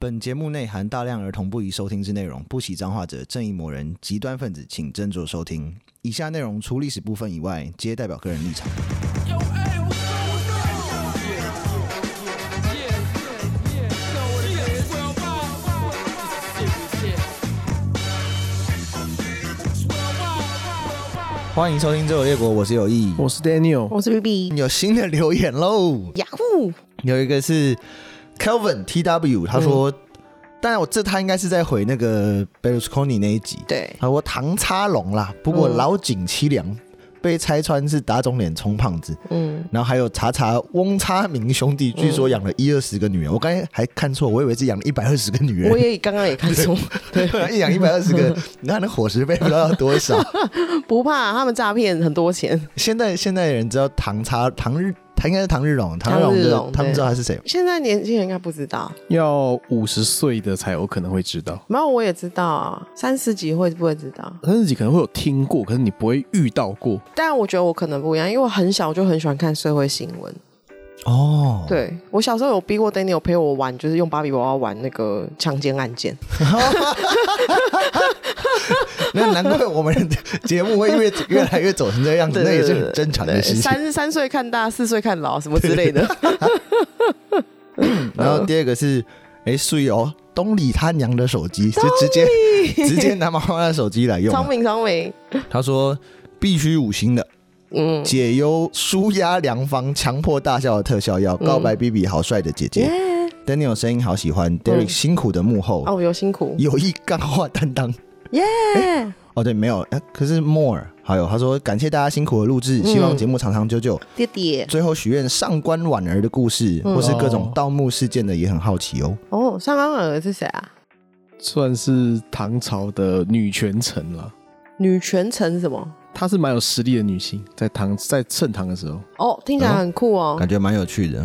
本节目内含大量儿童不宜收听之内容，不喜脏话者、正义魔人、极端分子，请斟酌收听。以下内容除历史部分以外，皆代表个人立场。欢迎收听《周游列国》，我是有意，我是 Daniel，我是 B B 有新的留言喽。雅虎，有一个是 Kelvin T W，他说，当然我这他应该是在回那个 Berlusconi 那一集，对，他说唐插龙啦，不过老井凄凉。被拆穿是打肿脸充胖子，嗯，然后还有查查翁差明兄弟，据说养了一二十个女人，我刚才还看错，我以为是养了一百二十个女人我，也刚刚也看错， 一养一百二十 个，你看那伙食费不知道要多少。不怕他们诈骗很多钱。现在现在的人知道唐插唐日，他应该是唐日龙，唐日龙唐日的龙他们对知道他是谁吗，现在年轻人应该不知道，要五十岁的才有可能会知道，没有我也知道啊，三十几会不会知道？但是你可能会有听过，可是你不会遇到过。但我觉得我可能不一样，因为我很小就很喜欢看社会新闻。哦，对我小时候有逼过 Daniel 陪我玩，就是用芭比娃娃玩那个强奸案件。那难怪我们的节目会越越来越走成这样子，对那对也对是很正常的事情。三三岁看大，四岁看老，什么之类的。然后第二个是，哎，素哦，东里他娘的手机，就直接直接拿妈妈的手机 来用聪啊。明聪明，他说必须五星的。嗯，解忧、舒压良方、强迫大笑的特效嗯药，告白 B B 好帅的姐姐、d a n i e l 声音好喜欢，Derek、辛苦的幕后，嗯哦，有辛苦，有意干话担当。耶、哦，对，没有，哎、可是 More 还有他说感谢大家辛苦的录嗯制，希望节目长长久久。爹爹。最后许愿上官婉儿的故事，嗯或是各种盗墓事件的，也很好奇哦。哦，上官婉儿是谁啊？算是唐朝的女权城了，女权城是什么？她是蛮有实力的女性，在唐在盛唐的时候，哦，听起来很酷哦，感觉蛮有趣的。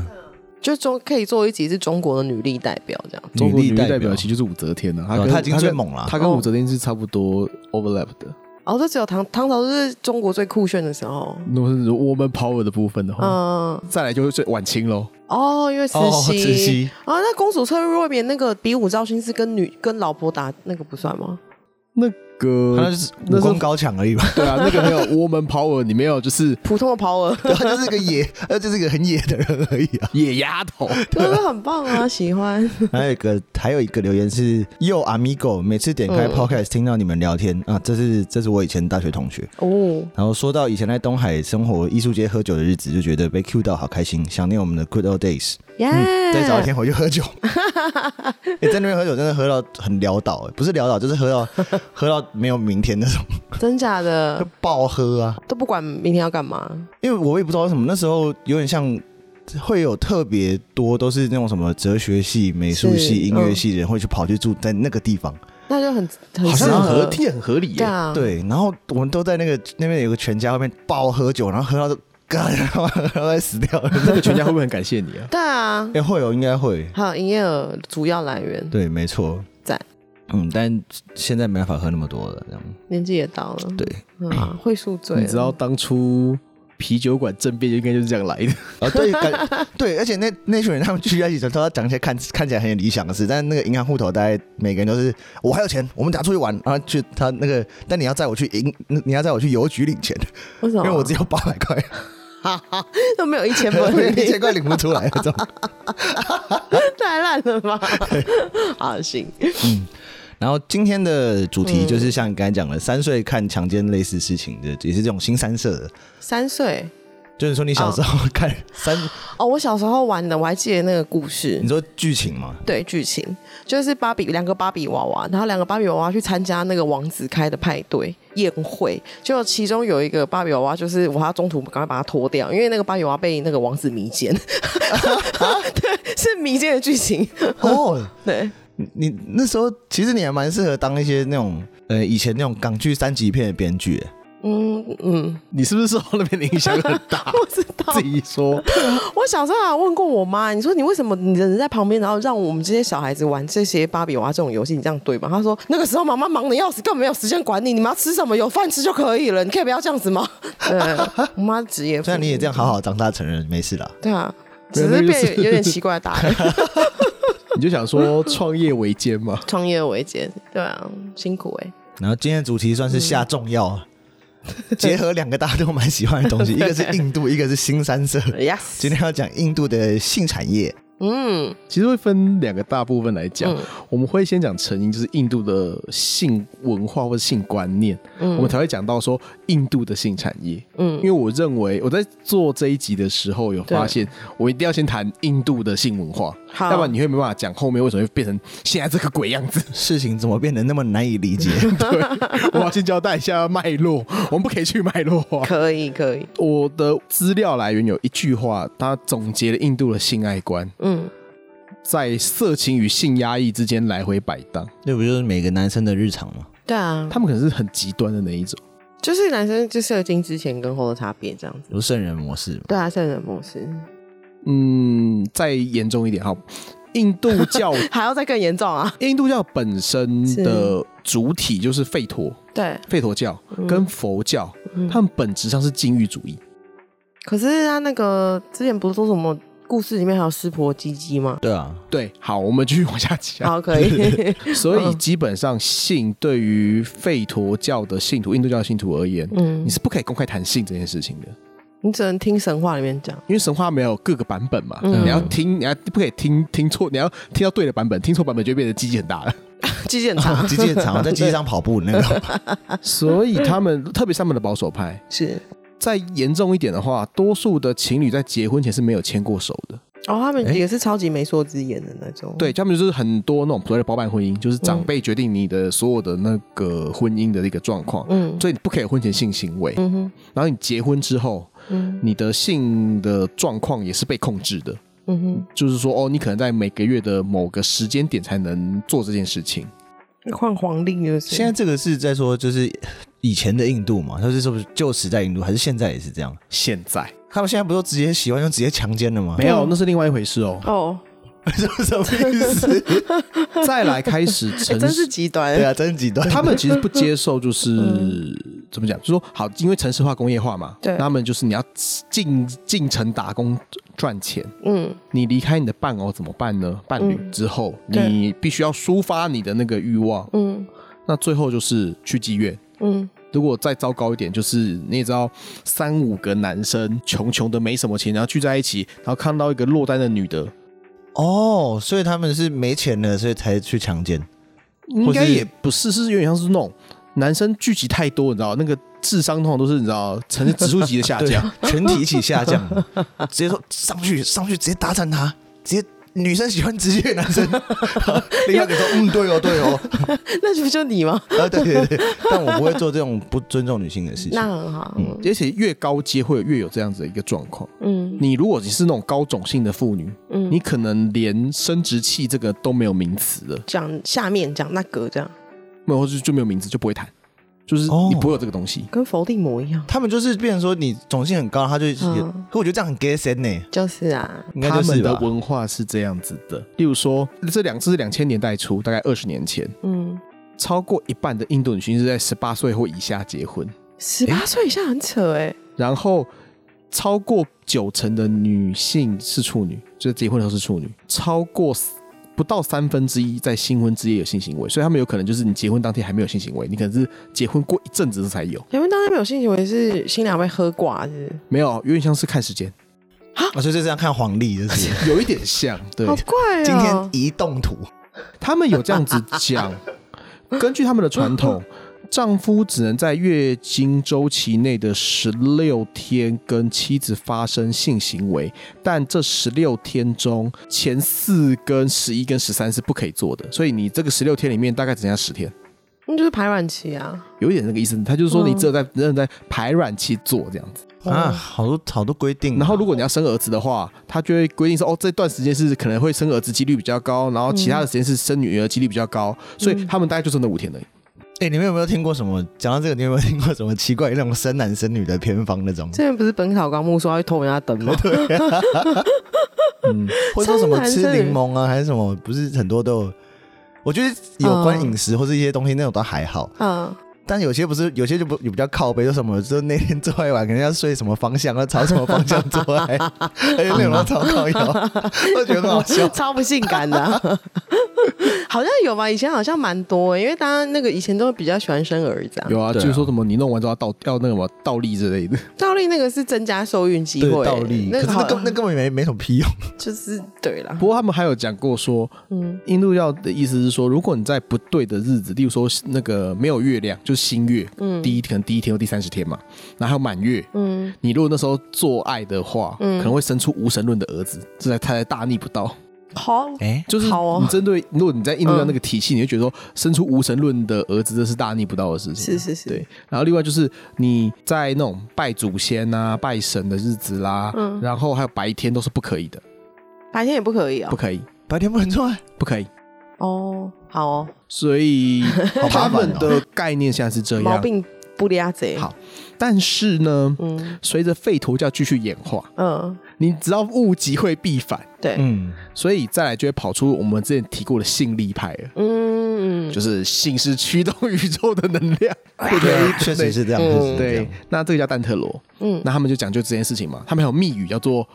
就中可以做一集是中国的女力代表这样。中国女力女力代表代表其实就是武则天了、啊。她哦跟她已经最猛了她跟武则天是差不多 overlap 的。哦，这只有唐唐朝是中国最酷炫的时候。如果是 woman power 的部分的话，嗯，再来就是最晚清喽。哦，因为慈禧，慈禧啊，那公主翠玉若莲那个比武招亲是跟女跟老婆打那个不算吗？那他个就是那武是功高强而已 吧，对啊，那个没有 woman power，你没有就是普通的 power，他就是个野，他就是个很野的人而已啊。野丫头。真的 很棒啊，喜欢。 还有一个，还有一个留言是又 amigo，每次点开嗯 podcast 听到你们聊天、啊，这是这是我以前大学同学。哦，然后说到以前在东海生活、艺术街喝酒的日子，就觉得被 Q 到好开心，想念我们的 good old days。耶！嗯再早一天回去喝 酒，欸、在那边喝酒真的喝到很潦倒、欸，不是潦倒，就是喝到 喝到没有明天那 种，真假就的爆喝啊！都不管明天要干嘛。因为我也不知道为什么，那时候有点像会有特别多都是那种什么哲学系、美术系、是嗯音乐系的人会去跑去住在那个地方，那就很很好适像很合，合，听起来很合理耶对。啊，，对，然后我们都在那个那边有个全家外面爆喝酒，然后喝到都 干，然后喝到快死掉了。那个全家会不会很感谢你啊？对啊哎、，会有应该会，还有营业额主要来源，对，没错，赞。嗯，但现在没办法喝那么多了，这样年纪也到了，对。嗯啊，会宿醉了，你知道当初啤酒馆政变应该就是这样来的。 啊，对，感对，而且那那群人他们聚在一起的时候，都要讲一些看看起来很有理想的事，但是那个银行户头，大概每个人都是我还有钱，我们等下出去玩，然后去他那个，但你要载我去银，你要载我去邮局领钱，为什因么？为我只有八百块， 都没有一 千分，一千块领不出来了，这种。 太烂了吧？ 好行，然后今天的主题就是像你刚才讲的，三岁看强奸类似事情的，也是这种新三社的，三岁就是说你小时候看三，哦，我小时候玩的，我还记得那个故事 你。说剧情嘛，对剧情就是芭比两个芭比娃娃，然后两个芭比娃娃去参加那个王子开的派对宴会，就其中有一个芭比娃娃，就是我要中途赶快把它脱掉，因为那个芭比娃娃被那个王子迷 奸， 对，是迷奸的剧情，哦。对，你 你那时候其实你还蛮适合当一些那种呃以前那种港剧三级片的编剧，嗯嗯，你是不是受那边的影响很大？ 不知道自，己说，我小时候还问过我妈，你说你为什么你人在旁边，然后让我们这些小孩子玩这些芭比娃娃这种游戏，你这样对吗？她说那个时候妈妈忙的要死，根本没有时间管你，你们要吃什么有饭吃就可以了，你可以不要这样子 吗？对，我妈职业妇女，虽然你也这样好好长大成人，没事啦。 对啊，只是变有点奇怪的大人。你就想说创业维艰嘛，创业维艰，对啊，辛苦哎、然后今天的主题算是下重药 啊，结合两个大家都蛮喜欢的 东西，一个是印度，一个是新三色。 Yes，今天要讲印度的性产业，嗯其实会分两个大部分来讲，嗯我们会先讲成因，就是印度的性文化或者性观念，我们嗯才会讲到说印度的性产业。因嗯，为我认为我在做这一集的时候有发现，我一定要先谈印度的性文化，好要不然你会没办法讲后面为什么会变成现在这个鬼样子。事情怎么变得那么难以理 解？ 对，我要先交代一下脉络，我们不可以去脉络啊化。可以可以， 我的资料来源有一句话，它总结了印度的性爱观，嗯，在色情与性压抑之间来回摆荡。那不就是每个男生的日常吗？对啊，他们可能是很极端的那一种。就是男生就射精之前跟后的差别这样子。有圣人模式吗？对啊，圣人模式嗯，再严重一点哈，印度 教，还要再更严重啊！印度教本身的主体就是吠陀，对，吠陀教跟佛教，嗯他们本质上是禁欲主义。可是他那个之前不是说什么故事里面还有湿婆鸡鸡 吗？对啊，对，好，我们继续往下讲。好，可以，所以嗯基本上性对于吠陀教的信徒、印度教的信徒而言，嗯你，是不可以公开谈性这件事情的，你只能听神话里面讲，因为神话没有各个版本嘛，嗯你要听，你要不可以听听错，你要听到对的版本，听错版本就会变得鸡鸡很大 了。鸡鸡很 哦长， 机器很长，在机器上跑步的那个。所以他们，特别是他们的保守派，是再严重一点的话，多数的情侣在结婚前是没有牵过手的。哦，他们哎也是超级媒妁之言的那种，对，他们就是很多那种所谓的包办婚姻，就是长嗯辈决定你的所有的那个婚姻的一个状况，嗯，所以你不可以有婚前性行为。嗯哼，然后你结婚之后，嗯你的性的状况也是被控制的，嗯哼，就是说哦，你可能在每个月的某个时间点才能做这件事情。换黄历就是现在这个是在说，就是以前的印度嘛，它是是不是旧时代印度，还是现在也是这样？现在他们现在不都直接喜欢就直接强奸了吗？没有，那是另外一回事 哦。哦，什么 什么意思？再来开始哎城 真是市，极端对，啊，真极端。 他们其实不接受，就是怎么讲，就是说好，因为城市化、工业化嘛，嗯对那他们就是你要进进城打工赚钱。嗯你离开你的伴偶哦怎么办呢？伴侣嗯之后，对你必须要抒发你的那个欲望。嗯那最后就是去妓院，嗯，如果再糟糕一点，就是你也知道，三五个男生穷穷的没什么钱，然后聚在一起，然后看到一个落单的女的，哦，所以他们是没钱了，所以才去强奸。应该或是也不是，是有点像是那种男生聚集太多，你知道那个智商通常都是你知道呈现指数级的下 降，对，全体一起下降，直接说上去上去直接搭讪他，直接女生喜欢直接男生，另外一个说嗯对哦对哦，那不就你吗？啊对对对，但我不会做这种不尊重女性的事情那。很好，而且越高阶会有越有这样子的一个状况。嗯你如果你是那种高种姓的妇女，嗯，你可能连生殖器这个都没有名词了，讲下面讲那个这样，没有或是就没有名字就不会谈，就是哦你不会有这个东西。跟伏地魔一样，他们就是变成说你种姓很高，他就嗯可我觉得这样很 gay 森呢，就是啊，应该他就们是的吧？文化是这样子的，例如说，这两这是两千年代初，大概二十年前，嗯，超过一半的印度女性是在十八岁或以下结婚，十八岁以下很扯哎，然后超过九成的女性是处女，就是结婚的时候是处女，超过不到三分之一在新婚之夜有性行为，所以他们有可能就是你结婚当天还没有性行为，你可能是结婚过一阵子才有，前面当天没有性行为是新娘被喝挂是没有，有点像是看时间，啊，所以就这样看黄历就是。啊有一点像，对不是，好怪今天哦，移动图，他们有这样子讲，根据他们的传统，丈夫只能在月经周期内的十六天跟妻子发生性行为，但这十六天中，前四跟十一跟十三是不可以做的，所以你这个十六天里面大概只剩下十天。那就是排卵期啊，有一点那个意思，他就是说你嗯只有在、只能在排卵期做这样子，啊，好多好多规定。啊然后如果你要生儿子的话，他就会规定说，哦，这段时间是可能会生儿子几率比较高，然后其他的时间是生女儿几率比较高，所以他们大概就剩那五天而已。哎、你们有没有听过什么？讲到这个，你有没有听过什么奇怪那种生男生女的偏方那 种？之前不是《本草纲目》说要去偷人家灯吗？嗯，或者说什么吃生男生女柠檬啊，还是什么？不是很多都有。我觉得有关嗯饮食或是一些东西那种都还好，嗯，。但有些不是，有些就不也比较靠背，就什么，就那天做爱玩，可能要睡什么方向，要朝什么方向做爱，而且那种都超靠腰，我觉得很好笑 超不性感的啊、好像有吧？以前好像蛮多，因为大家那个以前都比较喜欢生儿子啊。有啊，对啊就是说什么你弄完之后要倒要那个什么倒立之类的， 倒立那个是增加受孕机对会，道理，可那是个那好啊根那根本没没什么屁用。就是对啦。不过他们还有讲过说，嗯，印度教的意思是说，如果你在不对的日子，例如说那个没有月亮，就是新月，嗯，第一可能第一天或第三十天嘛，然后还有满月，嗯，你如果那时候做爱的话，嗯可能会生出无神论的儿子，这在太大逆不道。好，哎、就是好哦你针对，如果你在印度教嗯那个体系，你就觉得说生出无神论的儿子，这是大逆不道的事情。是是是对。然后另外就是你在那种拜祖先啊、拜神的日子啦，嗯然后还有白天都是不可以的，白天也不可以哦不。可以，白天不能做爱，不可以。哦，好哦，所以 好麻他烦哦们的概念现在是这毛样，病不拉贼。好但是呢，嗯随着吠陀教继续演化，嗯，你只要物极会必反，对，嗯嗯，所以再来就会跑出我们之前提过的性力派了。嗯，就是性是驱动宇宙的能量， 对，啊确实是这样，嗯确实是这对样。，那这个叫蛋特罗，嗯那他们就讲究这件事情嘛，他们还有密语叫做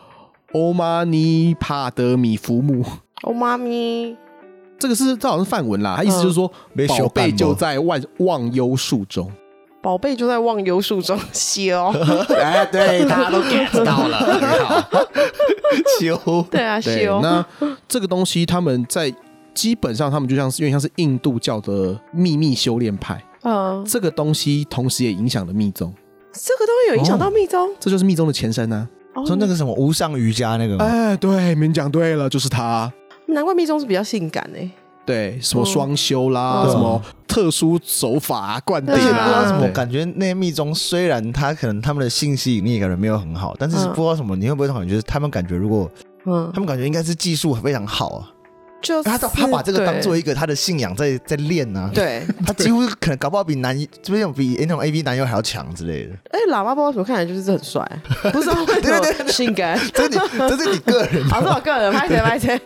欧玛尼帕德米福姆，哦妈咪，这个是这好像是梵文啦，它意思就是说、被羞宝贝办就吗在万忘忧树中，宝贝就在忘忧树中歇 哦。 哎，对，大家都 get 到了，很好。 修， 对啊，对，歇哦。那这个东西他们在基本上他们就像是有点像是印度教的秘密修炼派，嗯，这个东西同时也影响了密宗，这个东西有影响到密宗。这就是密宗的前身啊。哦说那个什么无上瑜伽那个吗？哎，对，您讲对了，就是它。难怪密宗是比较性感哎。对，什么双修啦，嗯什么特殊手法啊、灌顶而且不对知道啊，什么，对感觉内密宗虽然他可能他们的性吸引力感觉没有很好，但是嗯不知道什么，你会不会感觉就是他们感觉如果嗯他，们感觉应该是技术非常好啊，就是他他把这个当做对一个他的信仰在在练啊， 对，他几乎可能搞不好比男这边有比那种 A V 男优还要强之类的，哎，喇嘛不知道怎么看起来就是很帅， 不知道为什对么性感。这是你这是你个人 好，是我个人拍谁拍谁。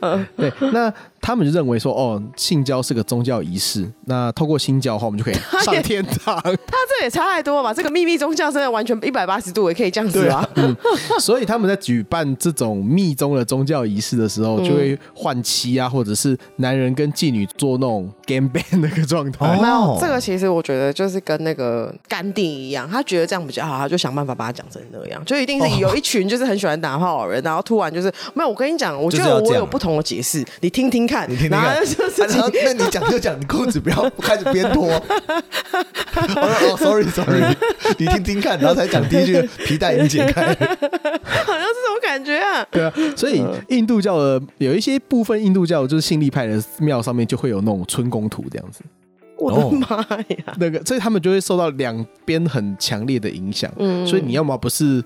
嗯对，那他们就认为说，哦，性交是个宗教仪式，那透过性交的话，我们就可以 上天堂。他这也差太多了吧？这个秘密宗教真的完全一百八十度也可以这样子啊。嗯所以他们在举办这种密宗的宗教仪式的时候，就会换妻啊，或者是男人跟妓女做那种 game ban 那个状态。没有哦，这个其实我觉得就是跟那个甘地一样，他觉得这样比较好，他就想办法把它讲成那样，就一定是有一群就是很喜欢打炮的人，然后突然就是没有。我跟你讲，我觉就是要得这我样有不同的解释，你听听看，你听听看然后 就是 然后啊那你讲就讲，你裤子不要开始边 脱。哦哦，sorry sorry，你听听看，然后才讲第一句，皮带已经解开。好像是这种感觉啊。对啊，所以印度教的有一些部分印度教就是信力派的庙上面就会有那种春宫图这样子，我哦的妈呀！那个，所以他们就会受到两边很强烈的影响。嗯所以你要么不是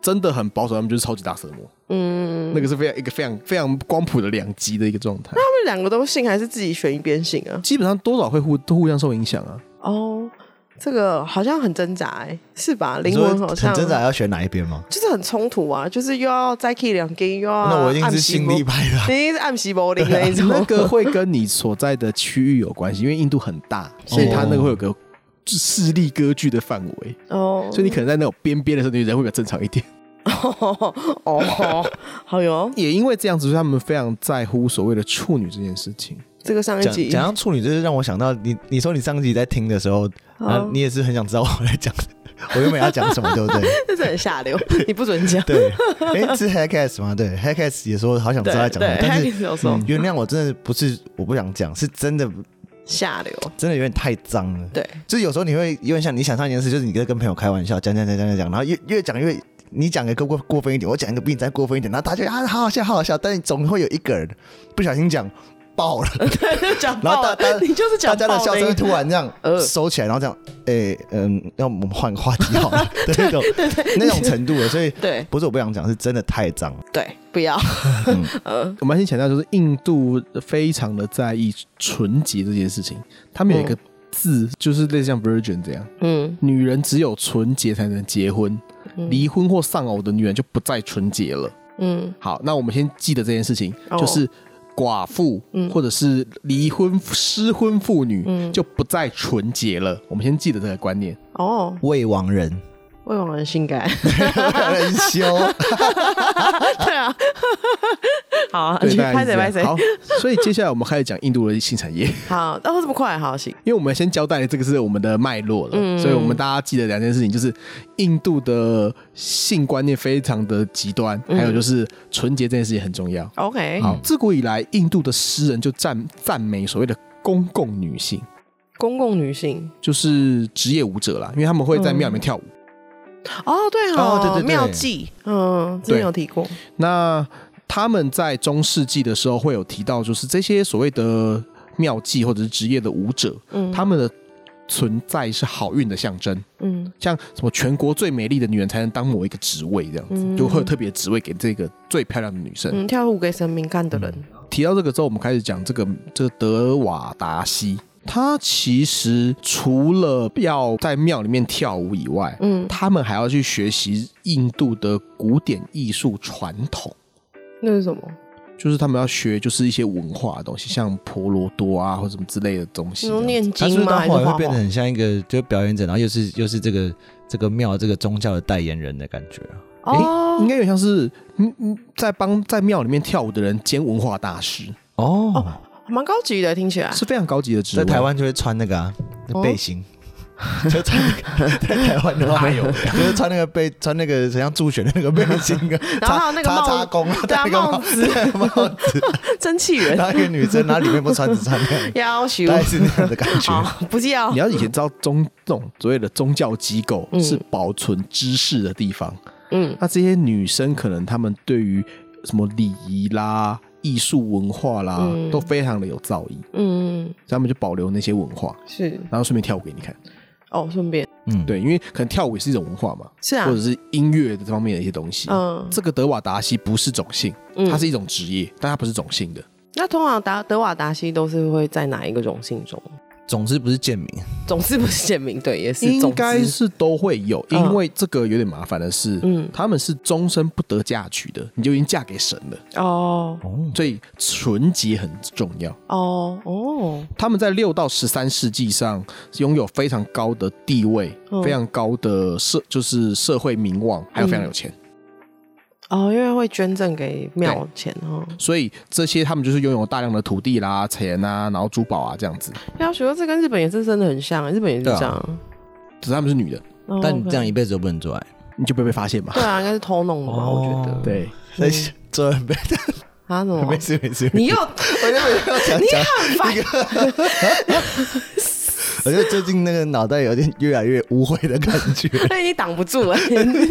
真的很保守，要么就是超级大色魔，嗯，那个是非常一个非常非常光谱的两极的一个状态。他们两个都信还是自己选一边信啊？基本上多少会互都互相受影响啊。哦，这个好像很挣扎哎、是吧？你灵说魂好像很挣扎，要选哪一边吗？就是很冲突啊，就是又要再 k 两根，又要那我一定是心力吧，派的啊。你一定是啊暗喜柏林那一种。 那个会跟你所在的区域有关系，因为印度很大，所以它那个会有个势力割据的范围，哦，所以你可能在那种边边的时候，你人会比较正常一点。 哦哦， 好哟，也因为这样子，所以他们非常在乎所谓的处女这件事情。这个上一讲集 讲到处女，就是让我想到你，你说你上集在听的时候，啊哦，你也是很想知道我在讲，我原本要讲什么，对不 对？这是很 下流，你不准讲。对，哎，是 Hackcast 吗？对，Hackcast 也说好想知对道在讲什么，对，但他是嗯有时候原谅我，真的不是我不想讲，是真的下流，真的有点太脏了。 对，就是有时候你会有点像你想象一件事，就是你在跟朋友开玩笑，讲讲讲讲讲讲，然后越越讲越你讲的更过过分一点，我讲一个比你再过分一点，然后大家就啊好好笑好好笑，但你总会有一个人不小心讲爆了，对，讲然后爆大了大，你就是大讲家的爆笑了声一会突然这样呃收起来，然后这样，哎、嗯，要我们换个话题好了，对那种那种程度了，所以对不是我不想讲，是真的太脏了。对，不要，我们先强调，就是印度非常的在意纯洁这件事情，他们有一个字，就是类似像 virgin 这样，嗯，女人只有纯洁才能结婚，离婚或丧偶的女人就不再纯洁了。嗯，好，那我们先记得这件事情，哦嗯就是寡妇，或者是离婚失婚妇女，就不再纯洁了。我们先记得这个观念。哦，未亡人， 未亡人性感，人羞，对啊， 好啊，对你大概拍是谁这拍样谁，好，所以接下来我们开始讲印度的性产业，好，那、哦、这么快，好行，因为我们先交代这个是我们的脉络了，嗯所以我们大家记得两件事情，就是印度的性观念非常的极端，嗯还有就是纯洁这件事情很重要。 OK，好，自古以来，印度的诗人就赞赞美所谓的公共女性，公共女性，就是职业舞者啦，因为他们会在庙里面跳舞。哦，对哦，哦对对对妙计，嗯，之前对有提过，那他们在中世纪的时候会有提到，就是这些所谓的妙计或者是职业的舞者，嗯他们的存在是好运的象征，嗯像什么全国最美丽的女人才能当某一个职位这样子，嗯就会有特别职位给这个最漂亮的女生。嗯，跳舞给神明看的人，提到这个之后，我们开始讲这个这个德瓦达西，他其实除了要在庙里面跳舞以外，嗯，他们还要去学习印度的古典艺术传统，那是什么？就是他们要学就是一些文化的东西，像婆罗多啊或什么之类的东西你这样说子。念他是经不是吗？到还是后来画会变画得？很像一个就是表演者，然后又是又是这个这个庙这个宗教的代言人的感觉啊？应哦该有点像是嗯嗯，在帮在庙里面跳舞的人兼文化大师，哦，蛮高级的，听起来。是非常高级的职在位。台湾就会穿那个啊哦背心，就穿那个在台湾的话，就是穿那个背穿那个怎样助选的那个背心啊，然后还有那个叉帽叉工，对戴啊那个帽子戴个帽子， 蒸汽人然后一个女生，然后里面不穿只穿那样，要求大概是那样的感觉。好，不是要你要以前知道宗这种所谓的宗教机构是保存知识的地方，嗯那这些女生可能她们对于什么礼仪啦、艺术文化啦，嗯都非常的有造诣，所以嗯她们就保留那些文化，是然后顺便跳舞给你看。哦，顺便嗯，，对，因为可能跳舞也是一种文化嘛，是啊或者是音乐的这方面的一些东西。嗯这个德瓦达西不是种姓，嗯它是一种职业，但它不是种姓的。那通常达德瓦达西都是会在哪一个种姓中？总之不是贱民，总之不是简明，对，也是应总该之是都会有，嗯因为这个有点麻烦的是，嗯他们是终身不得嫁娶的，你就已经嫁给神了，哦哦，所以纯洁很重要。哦哦，他们在六到十三世纪上拥有非常高的地位，嗯非常高的社就是社会名望，还有嗯非常有钱，哦，因为会捐赠给庙钱哦。所以这些他们就是拥有大量的土地啦、钱啊，然后珠宝啊这样子。要学这跟日本也是真的很像，日本也是对啊这样。只是他们是女的，哦但你这样 OK 一辈子都不能做爱。你就不会被发现 嘛。对啊，应该是偷弄的吧？我觉得嗯哦对，在做人背，啊什么没？事没事， 你又我就没有想讲那个，我觉得最近那个脑袋有点越来越污秽的感觉。那你挡不住 了，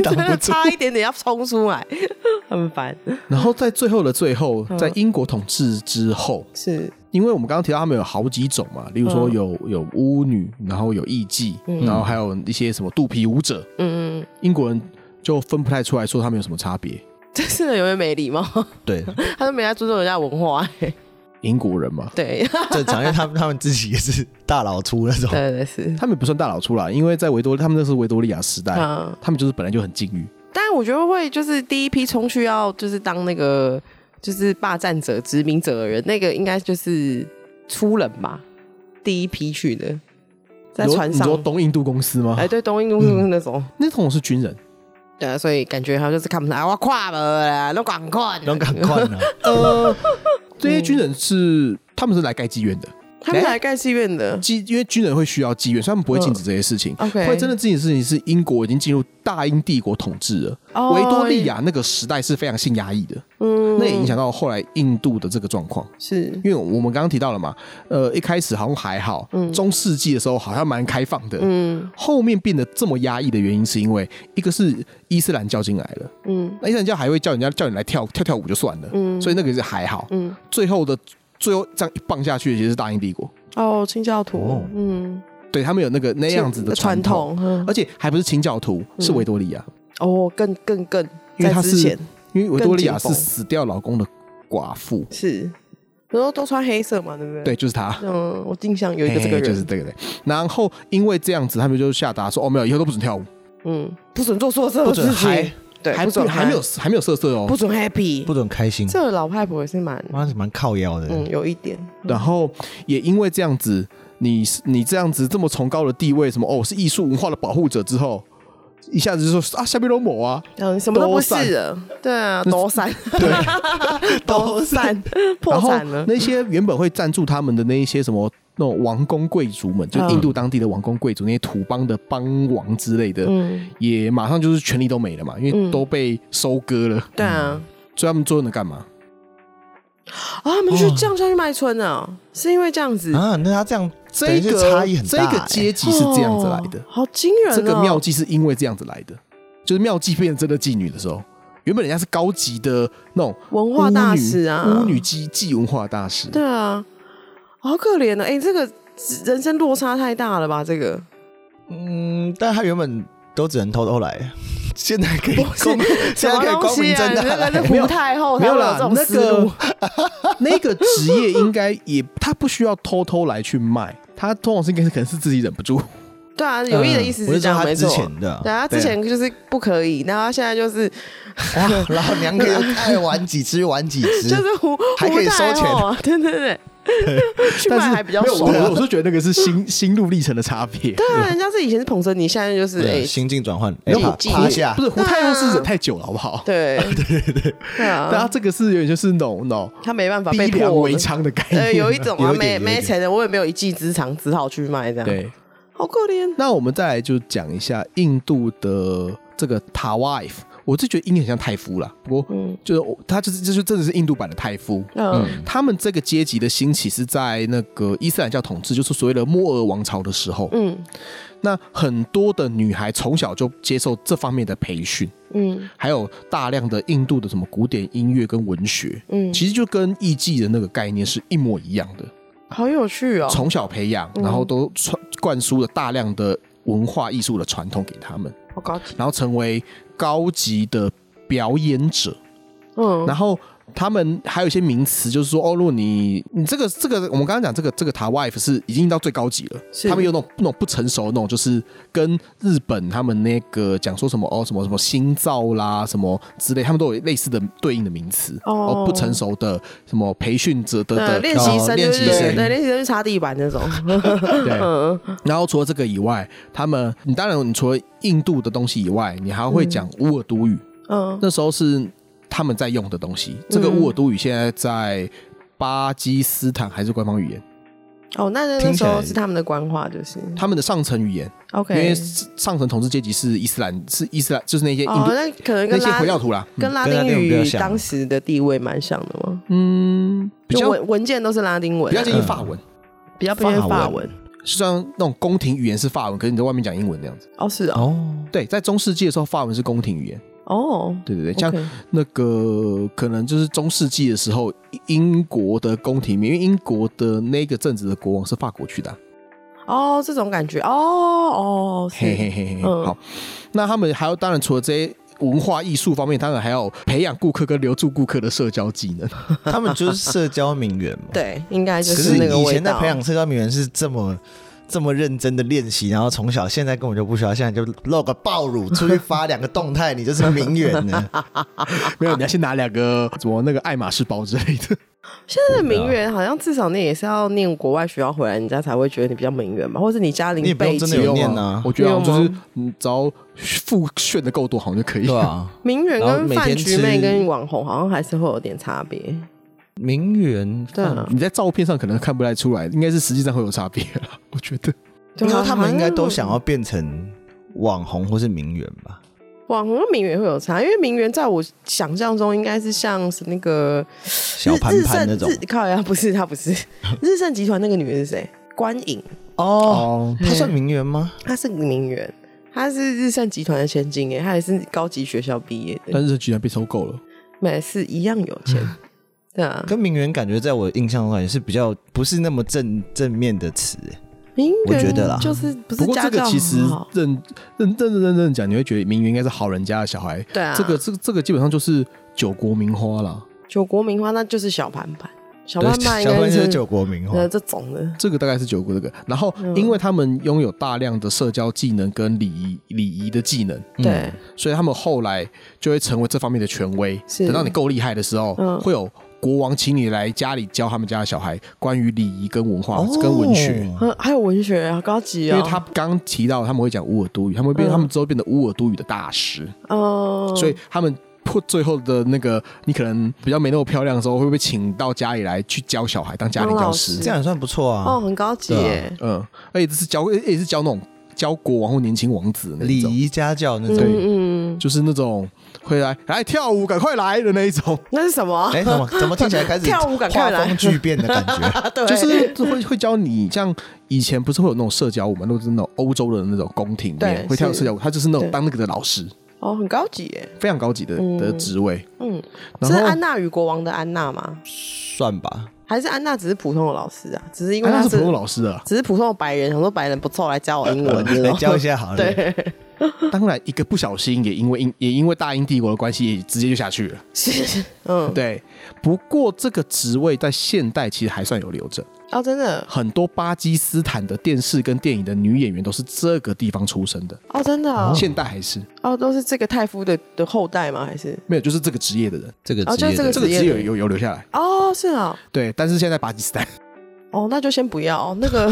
挡不住差一点点要冲出来，很烦。然后在最后的最后，嗯在英国统治之后，是，因为我们刚刚提到他们有好几种嘛，例如说嗯有有巫女，然后有艺妓，然后还有一些什么肚皮舞者，嗯，嗯英国人就分不太出来说他们有什么差别。真是的有点没礼貌，对， 他都没在尊重人家文化、 欸。英国人嘛，对，正常，因为他们他们自己也是大老粗那种。对对是，他们也不算大老粗啦，因为在维多，他们那是维多利亚时代，嗯，他们就是本来就很禁欲。但我觉得会就是第一批冲去要就是当那个就是霸占者、殖民者的人，那个应该就是粗人吧，第一批去的，在你说船你说上。东印度公司吗？哎，对，东印度是那种，那种是军人，对啊，所以感觉他就是看不上，啊我跨不啦，都赶快，能赶快呢？呃，这些军人是他们是来盖妓院的，他们来盖戏院的，妓因为军人会需要妓院，所以他们不会禁止这些事情。嗯，OK 哎会真的禁止事情是英国已经进入大英帝国统治了，维多利亚那个时代是非常性压抑的，哦嗯，那也影响到后来印度的这个状况。是因为我们刚刚提到了嘛，呃，一开始好像还好，中世纪的时候好像蛮开放的，嗯后面变得这么压抑的原因，是因为一个是伊斯兰教进来了，嗯那伊斯兰教还会叫人家叫你来跳跳跳舞就算了，嗯所以那个是还好。嗯，最后的最后这样一棒下去，其实是大英帝国，哦，清教徒，哦嗯，对他们有那个那样子的传传统，嗯而且还不是清教徒，是维多利亚，哦，更更更，因为在他之是前因为维多利亚更紧是绷死掉老公的寡妇，是，然后都穿黑色嘛，对不对？对，就是她。嗯，我印象有一个这个嘿人，就是这个人，然后因为这样子，他们就下达说，哦，没有，以后都不准跳舞，嗯，不准做错这不种准事情嗨，对，还不准还没有还没有色色哦不。准 happy，不准开心，这个老太婆也是蛮妈是蛮靠腰的。嗯有一点，然后也因为这样子，你你这样子这么崇高的地位，什么哦是艺术文化的保护者之后，一下子就说啊下面都抹啊，嗯什么都不是多散了，对啊，躲闪，对， 躲闪破然后产了，那些原本会赞助他们的那一些什么那种王公贵族们，嗯就是印度当地的王公贵族，那些土邦的邦王之类的，嗯，也马上就是权力都没了嘛，因为嗯都被收割了，对啊，所以他们最后能干嘛？啊，他们去哦降下去卖春啊，是因为这样子，啊，那他这样这等于个是差异很这大个欸阶级是这样子来的哦，好惊人哦，这个妙计是因为这样子来的，就是妙计变成真的妓女的时候。原本人家是高级的那种文化大师啊巫女巫女妓妓文化大师，对啊，好可怜的、哎、这个人生落差太大了吧？这个嗯，但他原本都只能偷偷来，现在可以不是光明，现在可以光明正你大啊那来个是。胡太后，没他有会有啦这，种那思路 个 那个职业应该也，他不需要偷偷来去卖，他通常是应该是可能是自己忍不住，对啊，有意的意思嗯我就是这知道样，他没之错。前的对啊，他之前就是不可以，那他现在就是哇， 老娘可以爱玩几只玩几只，就是胡还可以收钱胡太后啊， 对 对对，去卖但是还比较没有爽我。我是觉得那个是 心心路历程的差别。对啊，人家是以前是捧着你，现在就是哎、对心境转换，哎没有爬胡妓爬下不，是胡太后是忍太久了，好不好？啊 对对对对但他啊，这个是有点就是那种那种他没办法逼被良迫为了。娼的概呃， 念，有一种啊，有一点有没一没点钱的，我也没有一技之长，只好去卖这样，对。好可怜。那我们再来就讲一下印度的这个塔瓦 f 我是觉得音很像泰夫啦，不过嗯就是他就是这就真的是印度版的泰夫。嗯他们这个阶级的兴起是在那个伊斯兰教统治，就是所谓的莫尔王朝的时候。嗯那很多的女孩从小就接受这方面的培训，嗯还有大量的印度的什么古典音乐跟文学，嗯，其实就跟艺妓的那个概念是一模一样的。好有趣哦。从小培养，然后都传灌输了大量的文化艺术的传统给他们，好高级，然后成为高级的表演者，嗯，然后。他们还有一些名词，就是说，哦，如果你你这个这个，我们刚刚讲这个这个塔 wife 是已经到最高级了，是他们有那种那种不成熟的那种，就是跟日本他们那个讲说什么哦什么什么新造啦什么之类，他们都有类似的对应的名词，哦不成熟的什么培训者的呃的练习生哦就练习是生，对练习生是擦地板 那种，对，嗯，然后除了这个以外，他们你当然你除了印度的东西以外，你还会讲乌尔都语，嗯那时候是他们在用的东西。这个乌尔都语现在在巴基斯坦还是官方语言，哦，那那那听起时来候是他们的官话，就是他们的上层语言，因 OK 为。上层统治阶级是伊斯兰，是伊斯兰，就是那些印哦，度、那可能那跟些拉回教嗯徒啦，跟拉跟拉丁丁文比较语像当时的地位蛮像的嘛，嗯，比就较文文件都是拉丁文比啊，较接近法文，比较偏法法文文。是像那种宫廷语言是法文，可是你在外面讲英文那样子。哦，是哦，哦，对，在中世纪的时候，法文是宫廷语言。哦，对对对，像 OK 那个可能就是中世纪的时候，英国的宫廷里面，因为英国的那个阵子的国王是法国去的啊、哦，这种感觉，哦哦，是嘿嘿嘿嘿嘿。嗯好，那他们还有当然除了这些文化艺术方面，当然还有培养顾客跟留住顾客的社交技能。 他们就是社交名媛嘛。对，应该就可是是那个以味前在道培。养社交名媛是这么这么认真的练习，然后从小现在根本就不需要，现在就露个爆乳，出去发两个动态，你就是名媛了。 没有，你要先拿两个什么那个爱马仕包之类的。现在的啊名媛好像至少你也是要念国外学校回来，人家才会觉得你比较名媛嘛，或是你家你也庭不用背真的景有念啊我觉得好像就没有是你只要付炫的够多，好像就可以。对啊，名媛然后跟每饭天局妹吃跟网红好像还是会有点差别。名媛对啊， 嗯你在照片上可能看不太出来，应该是实际上会有差别啦。我觉得对你啊说他们应该都想好要变成网红或是名媛吧？像网红跟名媛会有差，因为名媛在我想象中应该是像是那个小盘盘那种日日盛日靠呀，不是 她不是日盛集团那个女的是谁？关颖，哦，哦，她算名媛吗？她是名媛，她是日盛集团的千金哎，她也是高级学校毕业的，但是居然被收购了。每次一样有钱。嗯对啊，跟名媛感觉在我印象中也是比较不是那么正正面的词，哎名媛我觉得啦就是不是不过家这个教其实很好认认认认认真讲，你会觉得名媛应该是好人家的小孩。对啊，这个这个这个基本上就是九国名花啦。九国名花那就是小盘盘，小曼曼应小该关就是是救国民呃哦，这种的，这个大概是九国这个，然后嗯因为他们拥有大量的社交技能跟礼仪礼仪的技能，对，所以他们后来就会成为这方面的权威。是等到你够厉害的时候，嗯会有国王请你来家里教他们家的小孩关于礼仪跟文化、哦跟文学。还还有文学啊，高级因啊，为他刚提到他们会讲乌尔都语，他们变、嗯他们之后变得乌尔都语的大师，嗯，所以他们破最后的那个你可能比较没那么漂亮的时候，会被请到家里来去教小孩当家庭当教老师师这。样也算不错啊。哦，很高级对啊耶，嗯，而且这是教，而且是教那种教国王或年轻王子的那礼种，仪家教那啊种，嗯嗯，就是那种会来来跳舞，赶快来的那一种，那是什么？哎， 怎么怎么听起来开始跳舞赶快来画风巨变的感觉？ 啊， 对，哎就是会会教你像以前不是会有那种社交舞嘛，都是那种欧洲的那种宫廷里面对会跳是社交舞，他就是那种对当那个的老师，哦，很高级耶，非常高级的的嗯职位。嗯，然是后安娜与国王的安娜吗？算吧，还是安娜只是普通的老师啊？只是因为啊那她是是普通老师啊，只是普通的白人，想说白人不错，来教我 英文，来教一下好了。对，当然一个不小心也因为英也因为大英帝国的关系，也直接就下去了。 是，嗯，对，不过这个职位在现代其实还算有留着。哦，真的，很多巴基斯坦的电视跟电影的女演员都是这个地方出生的，哦，真的哦，现代还是哦，都是这个泰夫的的后代吗？还是？没有，就是这个职业的人，这个哦职业就是的这个职业职业有的有有留下来。哦，是啊，对，但是现在巴基斯坦，哦，那就先不要那个，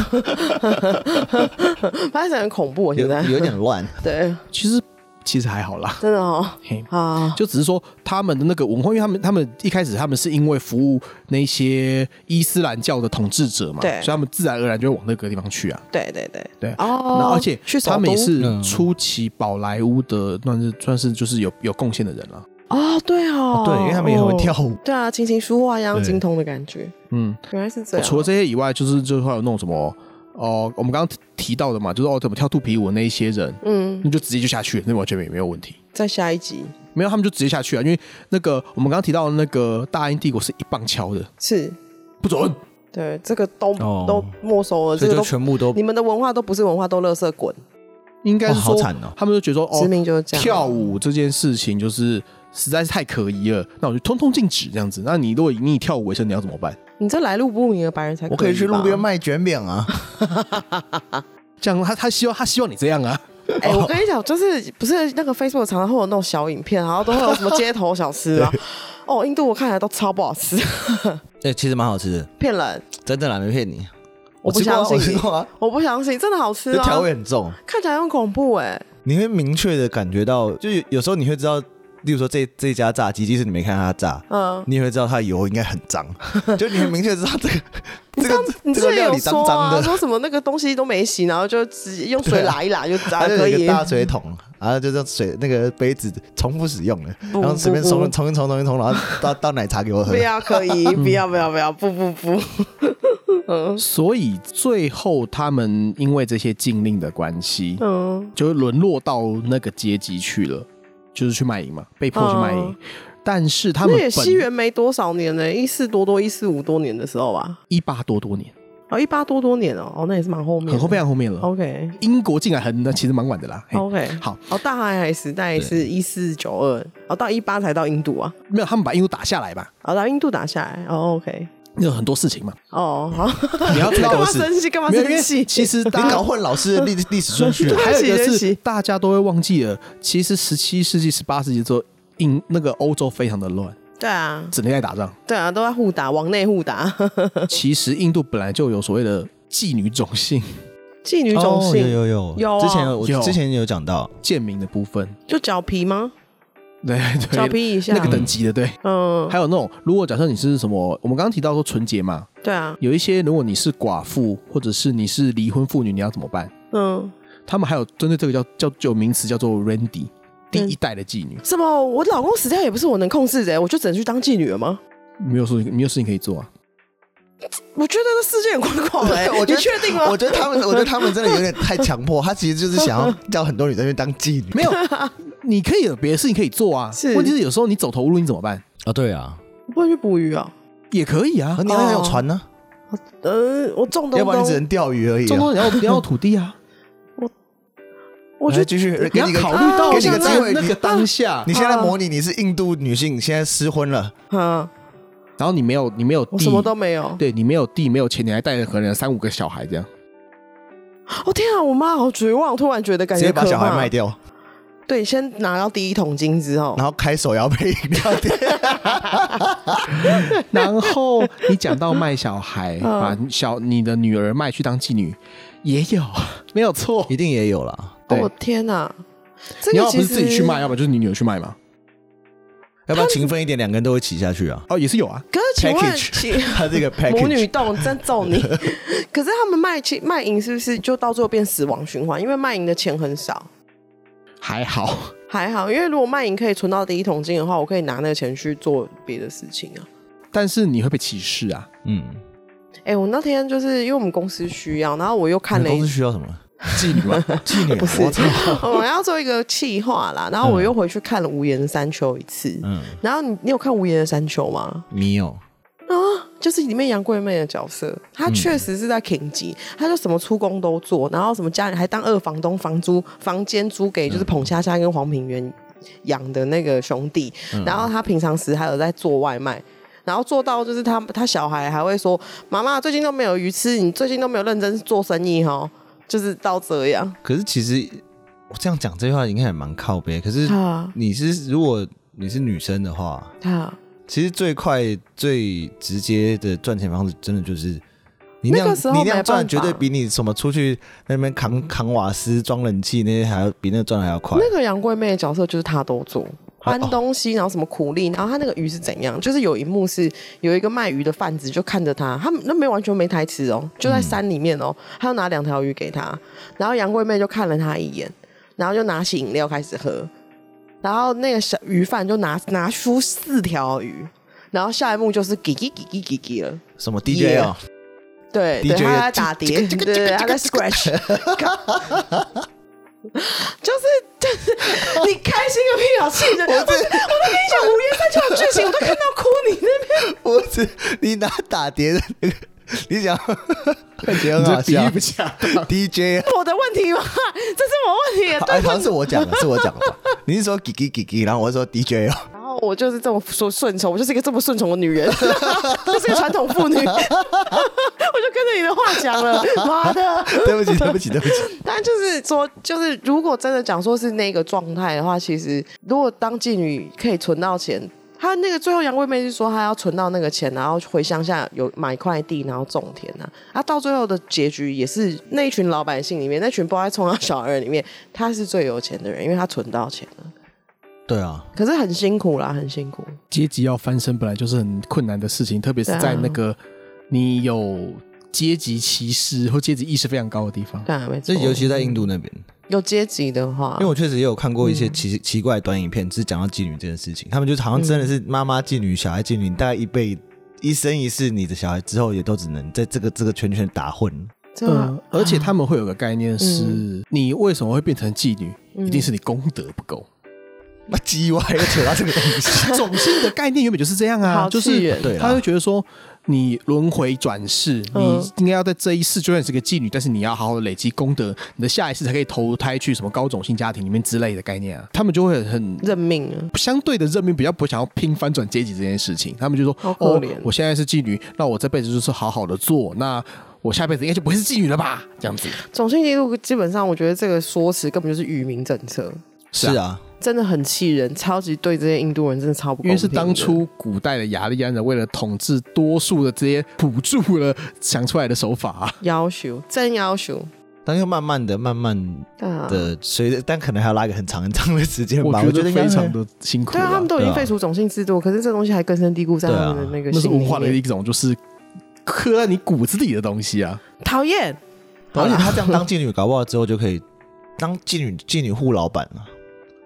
发现很恐怖，我有现在有 点乱，对，其实其实还好啦。真的哦，嘿啊，就只是说他们的那个文化，因为他们他们一开始他们是因为服务那些伊斯兰教的统治者嘛，对所以他们自然而然就会往那个地方去啊。对对对，对，那哦，而且去首他们也都是嗯初期宝莱坞的，算是算是就是有有贡献的人啊了。哦，对哦，对，因为他们也很会跳哦。舞。对啊，琴棋书画样样对精通的感觉，嗯，原来是这样。除了这些以外，就是就是会有那种什么哦、我们刚刚提到的嘛，就是哦怎么跳肚皮舞那一些人，嗯，那就直接就下去了，那完全没没有问题。在下一集没有，他们就直接下去啊，因为那个我们刚刚提到的那个大英帝国是一棒敲的，是不准。对这个都哦都没收了，所这以个就都全部都你们的文化都不是文化，都垃圾滚。应该哦是好说，惨哦他们就觉得说，殖哦，民就是这样，跳舞这件事情就是实在是太可疑了，那我就通通禁止这样子。那你如果以你以跳舞为生，你要怎么办？你这来路不明的白人才我可以去路边吧。卖卷饼 啊，这样他他希望他希望你这样啊，哎、我跟你讲，就是不是那个 Facebook 常常会有那种小影片，然后都会有什么街头小吃啊。哦，印度我看起来都超不好吃， 哎，其实蛮好吃的，骗人，真的啦，没骗你。我不吃过啊相信我吃你过啊，我不相信，真的好吃这啊！调味很重，看起来很恐怖哎、你会明确的感觉到，就有有时候你会知道，例如说这这家炸鸡，即使你没看它炸，嗯，你也会知道它的油应该很脏， 就你很明确地知道这个这你个这之个前料有理说脏啊，脏的，说什么那个东西都没洗，然后就直接用水拉一拉就炸它啊就啊可有一 以个。大水桶，然后就这样水那个杯子重复使用了，不然后随便不冲不冲一冲冲一冲， 然后倒倒奶茶给我喝不。要可以，不要不要不要，不不不，所以最后他们因为这些禁令的关系，嗯，就沦落到那个阶级去了，就是去卖淫嘛，被迫去卖淫。嗯但是他那们也西本元没多少年呢、一四多多一四五多年的时候吧，一八多多年，哦，一八多多年哦，哦，那也是蛮后面的，很后非常后面了。啊 OK 英国进来很那其实蛮晚的啦。嘿 OK，好，哦，大航海时代是一四九二，哦，到一八才到印度啊，没有他们把印度打下来吧，哦，到印度打下来，哦，OK，有很多事情嘛。哦，好，你要知道干嘛的是，生气？干嘛没有因为生气？其实你大家搞混老师的历历史顺序 啊了，还有一对个不是起对不起大家都会忘记了，其实十七世纪、十八世纪之后，印那个欧洲非常的 乱，对啊，整天在打仗。对啊，都在互打，往内互打，其实印度本来就有所谓的妓女种姓、妓女种哦，有姓有有有啊之前有我有之前有讲到，贱民的部分，就脚皮吗？对脚对，皮以下那，个等级的对。嗯，还有那种，如果假设你是什么，我们刚刚提到说纯洁嘛，对啊，有一些如果你是寡妇或者是你是离婚妇女，你要怎么办？嗯，他们还有针对这个叫叫有名词叫做 Randy，第一代的妓女，什么？我老公死掉也不是我能控制的，我就只能去当妓女了吗？没有说没有事情可以做 啊。我觉得这世界很宽 广哎，哦我觉得你确定吗？我觉得他们，我觉得他们真的有点太强迫，他其实就是想 要叫很多女生去当妓女。没有，你可以有别的事情可以做啊。是问题是有时候你走投无路，你怎么办？哦，对啊，我不能去捕鱼啊，也可以啊啊，，你要有船呢、呃，我种东要不然你只东，能钓鱼而已、中啊。东你要你要有土地啊，我觉来得继续你给要你个考虑到给你那个机会，那你个当下啊你。现在模拟你是印度女性，现在失婚了，啊，然后你没有你没有我地，什么都没有。对你没有地没有钱，你还带着可能三五个小孩这样，哦天啊，我妈好绝望，突然觉得感直觉接把可小孩怕卖掉，对，先拿到第一桶金之后然，后开手摇杯饮料店。 然后你讲到卖小 孩，嗯把小你的女儿卖去当妓女，也有 没有错。 一定也有啦。哦对我天哪，这你个要不其是实自己去卖，，要不然就是你女儿去卖嘛。要不要勤奋一点，两个人都会骑下去啊？哦，也是有啊，可是请问 package 请 它这个 母女 package 洞真揍你！可是他们卖其卖淫是不是就到最后变死亡循环？因为卖淫的钱很少，还好。 还好，因为如果卖淫可以存到第一桶金的话，我可以拿那个钱去做别的事情啊。但是你会被歧视 啊？嗯，哎、我那天就是因为我们公司需要，然后我又看你了们公一司，需要什么？妓 女嘛，妓女啊？不是我操！ 我们要做一个企划啦，然后我又回去看了《无言山丘》一次。嗯，然后你你有看《无言的山丘》吗？你有就是里面杨贵妹的角色，她确实是在挺级，她就什么出工都做，然后什么家里还当二房东，房租房间租给就是彭恰恰跟黄品源养的那个兄弟，然后她平常时还有在做外卖。然后做到就是她她小孩还会说：“妈妈，最近都没有鱼吃，你最近都没有认真做生意哦。”就是到这样可是其实我这样讲这句话应该也蛮靠背。可嗯是啊你是如果你是女生的话，啊！其实最快最直接的赚钱方式，真的就是你那那个样时候你那没样办赚，法绝对比你什么出去那边扛扛瓦斯、装冷气那些还要比那个赚的还要快。那个杨贵妹的角色就是她都做，搬东西，然后什么苦力，然后她那个鱼是怎样？就是有一幕是有一个卖鱼的贩子就看着她，他们那没完全没台词哦，就在山里面哦，他就拿两条鱼给她，然后杨贵妹就看了她一眼，然后就拿起饮料开始喝，然后那个小鱼贩就拿拿出四条鱼，然后下一幕就是叽叽叽叽叽叽了。什么 DJ 啊、对 DJ 对，他的在打碟，对对，对他在 scratch，就是 就是你开心个屁啊！气人！我不是我在跟你讲《无言三丘》的剧情，我都看到哭，你那边我只你拿打碟的那个，你讲看起来很好这比笑喻不。啊恰哦 DJ 我的问题吗？这是我问题耶，好对啊哎好像是我讲的，是我讲的吧？你是说叽叽叽叽，然后我说 DJ 哦，然后我就是这么说顺从，我就是一个这么顺从的女人， 就是个传统妇女，我 就跟着你的话讲了，妈的！对不起，对不起，对不起。 但就是说，就是如果真的讲说是那个状态的话，其实如果当妓女可以存到钱，她那个最后杨贵妹是说她要存到那个钱，然后回乡下有买块地，然后种田啊。啊，到最后的结局也是那一群老百姓里面，那群不爱冲浪小人里面，她是最有钱的人，因为她存到钱了。对啊，可是很辛苦啦，很辛苦。 阶级要翻身本来就是很困难的事情，特别是在那个你有阶级歧视或阶级意识非常高的地方。对啊，没这错。尤其在印度那边，有阶级的啊话，因为我确实也有看过一嗯些奇、奇怪的短影片，只是讲到妓女这件事情，他们就是好像真的嗯是妈妈妓女、小孩妓女，你大概一辈一生一世，你的小孩之后也都只能在这个这个圈圈打混。对呃啊嗯，而且他们会有个概念是，你为什么会变成妓女，一定是你功德不够。那叽歪又扯到这个东 西，种姓的概念原本就是这样啊，好就气是人对啦他会觉得说，你轮回转世，嗯你应该要在这一世就算是个妓女，但是你要好好的累积功德，你的下一世才可以投胎去什么高种姓家庭里面之类的概念啊。他们就会很认命啊，相对的认命，比较不想要拼翻转阶级这件事情。他们就说好：“可哦怜，我现在是妓女，那我这辈子就是好好的做，那我下辈子应该就不会是妓女了吧？”这样子种姓制度基本上，我觉得这个说辞根本就是愚民政策。是啊啊，真的很气人，超级对这些印度人真的超不公因平的为是当初古代的雅利安人为了统治多数的这些辅助了想出来的手法啊、要求，真要求但又慢慢的、慢慢啊！的，随着但可能还要拉一个很长很长的时间嗯 我吧。觉我觉得得非常的的辛苦对啊，他啦们。都已经对啊废除种姓制度，可是这东西还根深蒂固在对啊他们的那个那是心里文化的一面。种，就是刻在你骨子里的东西啊。讨厌，而且他这样当妓女，搞不好之后就可以当妓女妓女户老板了、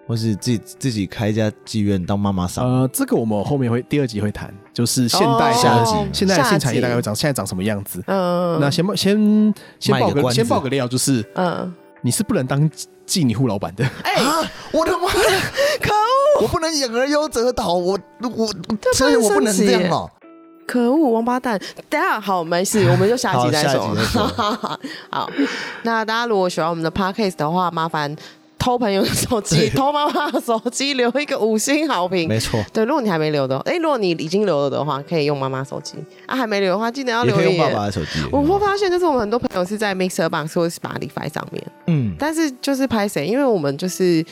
或是自己自己开一家妓院当妈妈啊桑。呃，这个我们后面会第二集会谈，就是现代哦下的集现代的性产业大概会下集长现在长什么样子。嗯，那先报先先卖报个个关子先报个料，就是嗯，你是不能当妓女户老板的， 哎、啊！我的妈呀！可恶， 我不能演而优则导，我我这所以我不能这样哦。可恶，王八蛋！等一下好，没 事，我们就下集再说 好下集再说。好，那大家如果喜欢我们的 podcast 的话，麻烦。偷朋友的手机，偷妈妈的手机，留一个五星好评。没错，对，如果你还没留的，哎、如果你已经留了的话，可以用妈妈手机啊；还没留的话，记得要也留可以言。用爸爸的手机。我会发现，就是我们很多朋友是在 Mixer Box 或者 Spotify 上面，嗯，但是就是拍谁，因为我们就是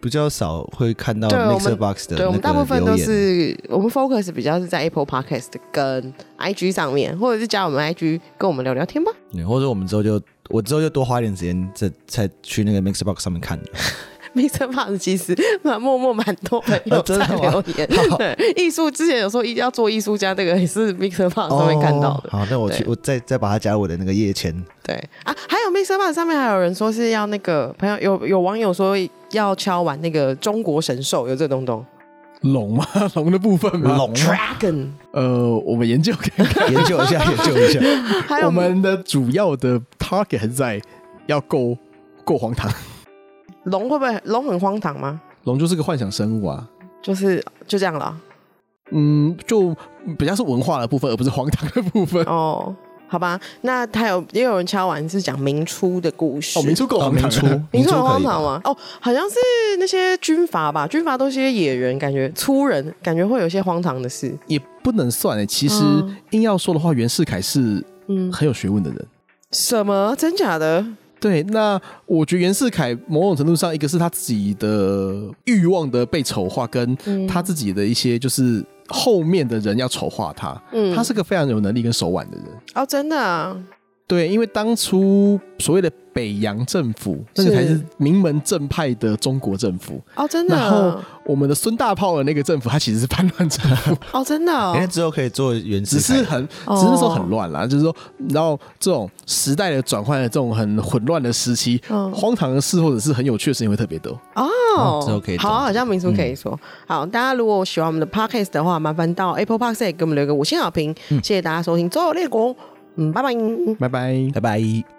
比较少会看到对我们 Mixer Box 的对我们那大部个分都留言。是我们 focus 比较是在 Apple Podcast 跟 IG 上面，或者是加我们 IG 跟我们聊聊天吧。 对嗯或者我们之后就我之后就多花一点时间，再再去那个 Mixer Box 上面看。 Mr. Box 其实蛮默默蛮多朋友啊真在的吗留言，对艺术之前有说一定要做艺术家，这个也是 Mr. Box 上面看到的。哦好，那我去，对我再再把它加入我的那个页签。对啊，还有 Mr. Box 上面还有人说是要那个朋友有有网友说要敲完那个中国神兽，有这东东龙吗？ 龙的部分吗？龙 Dragon，呃，我们研究看看。研究一下，研究 一下。还 有我们的主要的 target 还是在要够够荒唐。龙会不会龙很荒唐吗？龙就是个幻想生物啊，就是就这样 了嗯，就比较是文化的部分，而不是荒唐的部分。哦。好吧，那还有也有人敲完是讲明初的故事，哦，明初 够哦荒唐明初的，明初可很以荒吧唐吗？哦，好像是那些军阀吧，军阀都是些野人，感觉粗人，感觉会有一些荒唐的事。也不能算诶。欸其实嗯硬要说的话，袁世凯是嗯，很有学问的人。什么？真假的？对，那我觉得袁世凯某种程度上，一个是他自己的欲望的被丑化，跟嗯他自己的一些就是后面的人要丑化他。嗯他是个非常有能力跟手腕的人。哦，真的啊，对，因为当初所谓的北洋政府，那个是才是名门正派的中国政府。哦，真的然后啊，我们的孙大炮的那个政府，它其实是叛乱政府，哦，真的啊因，为之后可以做原始只凯，是很，只是哦那时候很乱啦。就是说，然后这种时代的转换的这种很混乱的时期，嗯荒唐的事或者是很有趣的事情会特别多。哦哦，之后可以好，懂嗯好像明叔可以说。好，大家如果喜欢我们的 podcast 的话，麻烦到 Apple Podcast 给我们留一个五星好评，谢谢大家收听《周游列国》。嗯，拜拜。拜拜。拜拜。